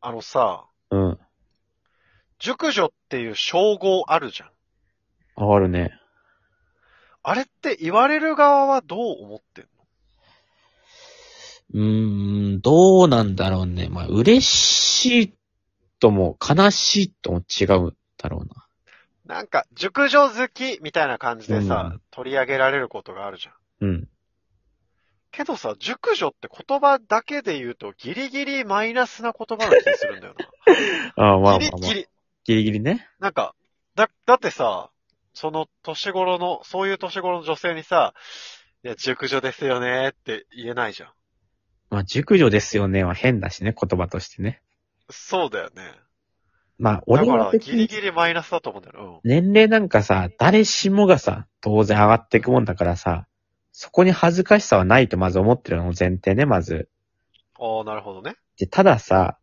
あのさ、うん。熟女っていう称号あるじゃん。ああるね。あれって言われる側はどう思ってんのうーん、どうなんだろうね。まあ、嬉しいとも、悲しいとも違うんだろうな。なんか、熟女好きみたいな感じでさ、うん取り上げられることがあるじゃん。うん。けどさ、熟女って言葉だけで言うとギリギリマイナスな言葉な気がするんだよあ あ、まな。あまあ、ギリまあギ。リ。ギリギリね。なんか、だ、だってさ、その年頃の、そういう年頃の女性にさ、いや、熟女ですよねって言えないじゃん。まあ、熟女ですよねは変だしね、言葉としてね。そうだよね。まあ、だ俺かはら、別ギリにギリマイナスだと思うんだよね。うん。年齢なんかさ、誰しもがさ、当然上がっていくもんだからさ、そこに恥ずかしさはないとまず思ってるの前提ね、まず。ああ、なるほどね。で、たださ、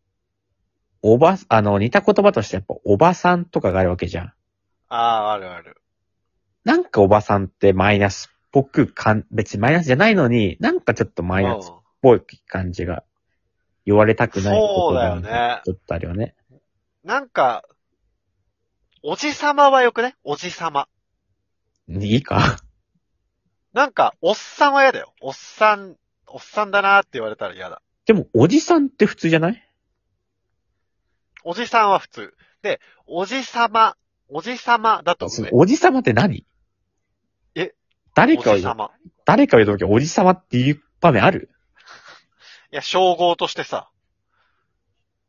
おば、あの、似た言葉としてやっぱおばさんとかがあるわけじゃん。ああ、あるある。なんかおばさんってマイナスっぽくかん、別にマイナスじゃないのに、なんかちょっとマイナスっうぽい感じが、言われたくん、ないそう言だ葉よみたいねな。ちょっとあるよね。なんか、おじさまはよくねおじさま。いいかなんか、おっさんは嫌だよ。おっさん、おっさんだなーって言われたら嫌だ。でも、おじさんって普通じゃないおじさんは普通。で、おじさま、おじさまだとそのね。おじさまって何え誰おかをじ、さま。誰かを言うときおじさまっていう場面あるいや、称号としてさ、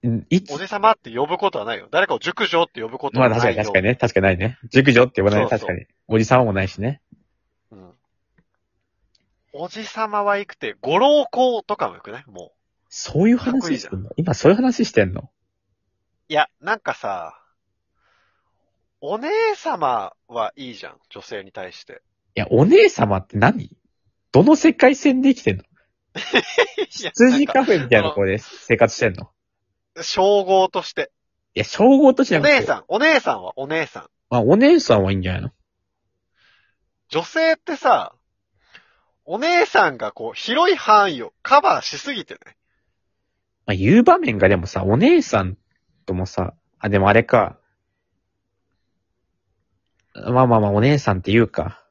うんいつおじさまって呼ぶことはないよ。誰かを熟女って呼ぶことまはあないよ。確かに確かにね。確かにないね。熟女って言わない。そう確そうかに。おじさまもないしね。うん。おじさまはいくて、ご老公とかもよくねもう。そういうかっこいい話じしゃんてんの今そういう話してんのいや、なんかさ、お姉様はいいじゃん、女性に対して。いや、お姉様って何どの世界線で生きてん のいや羊カフェみたいそなのところで生活してんの称号として。いや、称号としておなくて姉さん、お姉さんはお姉さん。まあ、お姉さんはいいんじゃないの女性ってさ、お姉さんがこう、広い範囲をカバーしすぎてね。まあ、言う場面がでもさ、お姉さんともさ、あ、でもあれか。まあまあまあ、お姉さんって言うか。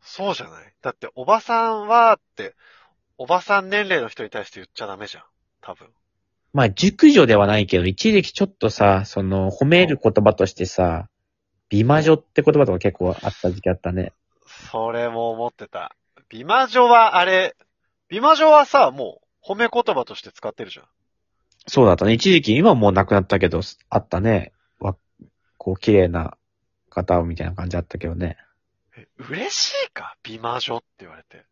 そうじゃないだって、おばさんはって、おばさん年齢の人に対して言っちゃダメじゃん。多分。まあ、熟女ではないけど、一時期ちょっとさ、その、褒める言葉としてさ、美魔女って言葉とか結構あった時期あったね。それも思ってた。美魔女はあれ、美魔女はさ、もう、褒め言葉として使ってるじゃん。そうだったね。一時期、今はもうなくなったけど、あったね。わ、こう、綺麗な方をみたいな感じあったけどね。え嬉しいか美魔女って言われて。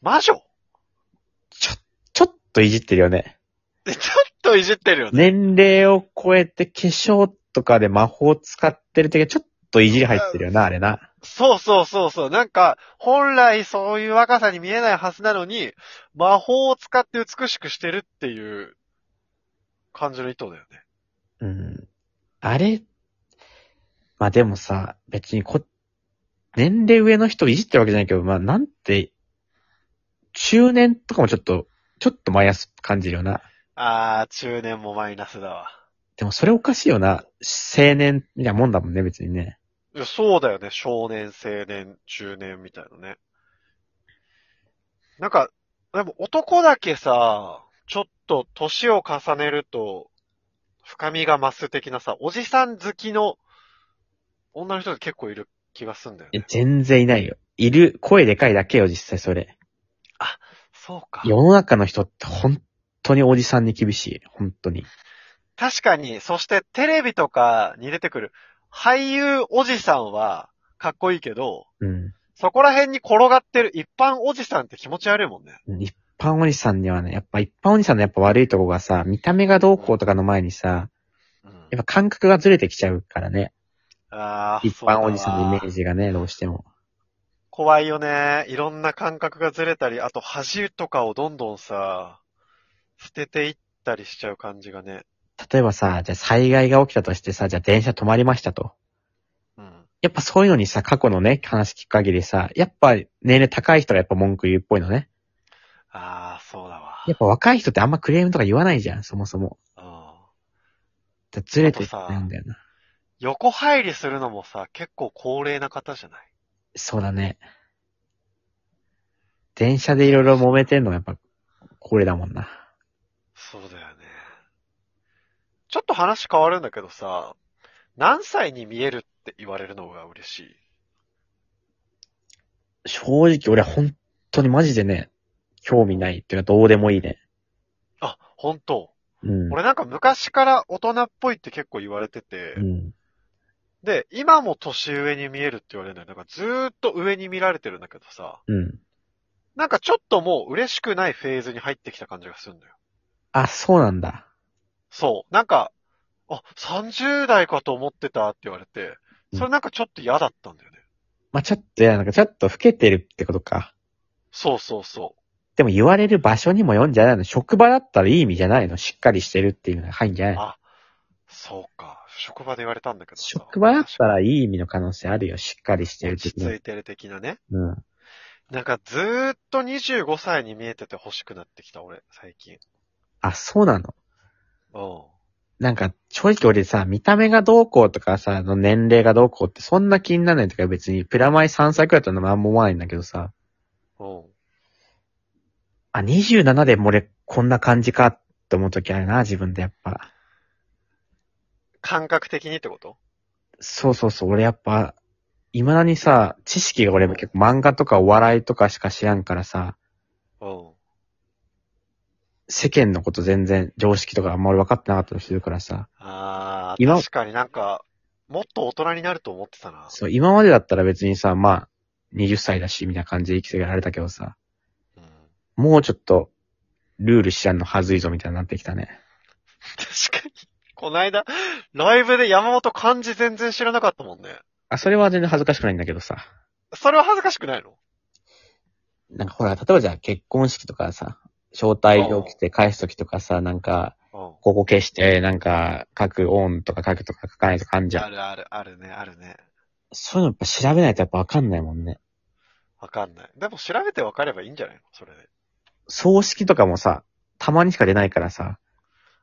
魔女 ちょっといじってるよね。えちょっといじってるよね。年齢を超えて化粧とかで魔法使ってる時ちょっといじり入ってるよな、あれな。そうそうそうそう。なんか、本来そういう若さに見えないはずなのに、魔法を使って美しくしてるっていう感じの意図だよね。うん。あれ、まあでもさ、別にこ、年齢上の人をいじってるわけじゃないけど、まあなんて、中年とかもちょっと、ちょっとマイナス感じるよな。あー、中年もマイナスだわ。でもそれおかしいよな。青年みたいなもんだもんね、別にね。いやそうだよね。少年、青年、中年みたいなね。なんか、でも男だけさ、ちょっと年を重ねると、深みが増す的なさ、おじさん好きの女の人って結構いる気がすんだよいやね。全然いないよ。いる、声でかいだけよ、実際それ。そうか。世の中の人って本当におじさんに厳しい。本当に。確かに、そしてテレビとかに出てくる俳優おじさんはかっこいいけど、うん。そこら辺に転がってる一般おじさんって気持ち悪いもんね。一般おじさんにはね、やっぱ一般おじさんのやっぱ悪いとこがさ、見た目がどうこうとかの前にさ、うんやっぱ感覚がずれてきちゃうからね。あー一般おじさんのイメージ。ジがね、どうしても。怖いよね。いろんな感覚がずれたり、あと恥とかをどんどんさ、捨てていったりしちゃう感じがね。例えばさ、じゃあ災害が起きたとしてさ、じゃあ電車止まりましたと。うん。やっぱそういうのにさ、過去のね、話聞く限りさ、やっぱ年齢高い人がやっぱ文句言うっぽいのね。あー、そうだわ。やっぱ若い人ってあんまクレームとか言わないじゃん、そもそも。うん。だからずれてあとさないんだよな。横入りするのもさ、結構高齢な方じゃないそうだね。電車でいろいろ揉めてんのがやっぱ、これだもんな。そうだよね。ちょっと話変わるんだけどさ、何歳に見えるって言われるのが嬉しい。正直俺本当にマジでね、興味ないっていうかどうでもいいね。あ、本当。うん。俺なんか昔から大人っぽいって結構言われてて、うん。で、今も年上に見えるって言われるのよ。なんかずーっと上に見られてるんだけどさ、うん。なんかちょっともう嬉しくないフェーズに入ってきた感じがするんだよ。あ、そうなんだ。そう。なんか、あ、30代かと思ってたって言われて、それなんかちょっと嫌だったんだよね。まあ、ちょっと、いや、なんかちょっと老けてるってことか。そうそうそう。でも言われる場所にもよんじゃないの。職場だったらいい意味じゃないの。しっかりしてるっていうのが入んじゃないの。あ、そうか。職場で言われたんだけどさ。職場だったらいい意味の可能性あるよ。しっかりしてる落ってちいうの着いてる的なね。うん。なんかずーっと25歳に見えてて欲しくなってきた、俺、最近。あ、そうなの。うん。なんか、正直俺さ、見た目がどうこうとかさ、の年齢がどうこうってそんな気にならないとか別に、プラマイ3歳くらいだったら何も思わないんだけどさ、うん。あ、27でも俺こんな感じかって思う時あるな、自分でやっぱ。感覚的にってことそうそうそう、俺やっぱ、未だにさ、知識が俺も結構漫画とかお笑いとかしか知らんからさ、う世間のこと全然常識とかあんまり分かってなかったりするからさ、ん。あー、今確かになんか、もっと大人になると思ってたな。そう、今までだったら別にさ、まあ、20歳だし、みたいな感じで生きてられたけどさ、うん。もうちょっと、ルール知らんのはずいぞみたいになってきたね。確かに。こないだ、ライブで山本漢字全然知らなかったもんね。あ、それは全然恥ずかしくないんだけどさ。それは恥ずかしくないのなんかほら、例えばじゃあ結婚式とかさ、招待状来て返すときとかさ、なんか、うん。ここ消して、なんか、書くオンとか書くとか書かないとかあんじゃあん。るある、あるね、あるね。そういうのやっぱ調べないとやっぱわかんないもんね。わかんない。でも調べてわかればいいんじゃないのそれで。葬式とかもさ、たまにしか出ないからさ、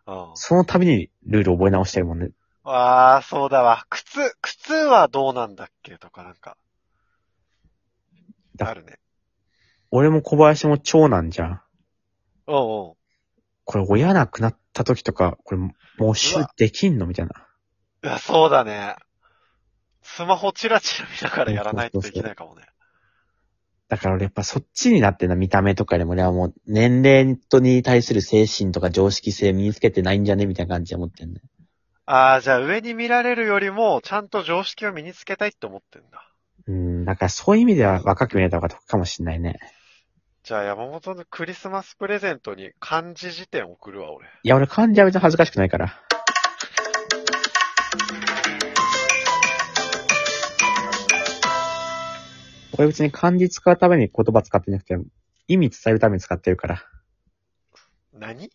うん。その度にルール覚え直してるもんね。ああ、そうだわ。靴、靴はどうなんだっけとかなんか。だあるね。俺も小林も長男じゃん。うんうん。これ親亡くなった時とか、これ募集できんのみたいな。いや、そうだね。スマホチラチラ見ながらやらないといけないかもね。だから俺やっぱそっちになってんな、見た目とかでも俺はもう年齢とに対する精神とか常識性身につけてないんじゃねみたいな感じで思ってんね。ああ、じゃあ上に見られるよりも、ちゃんと常識を身につけたいって思ってんだ。うん、だからそういう意味では若く見えた方が得かもしんないね。じゃあ山本のクリスマスプレゼントに漢字辞典送るわ、俺。いや俺感じは別に恥ずかしくないから。俺別に漢字使うために言葉使ってなくて、意味伝えるために使ってるから。何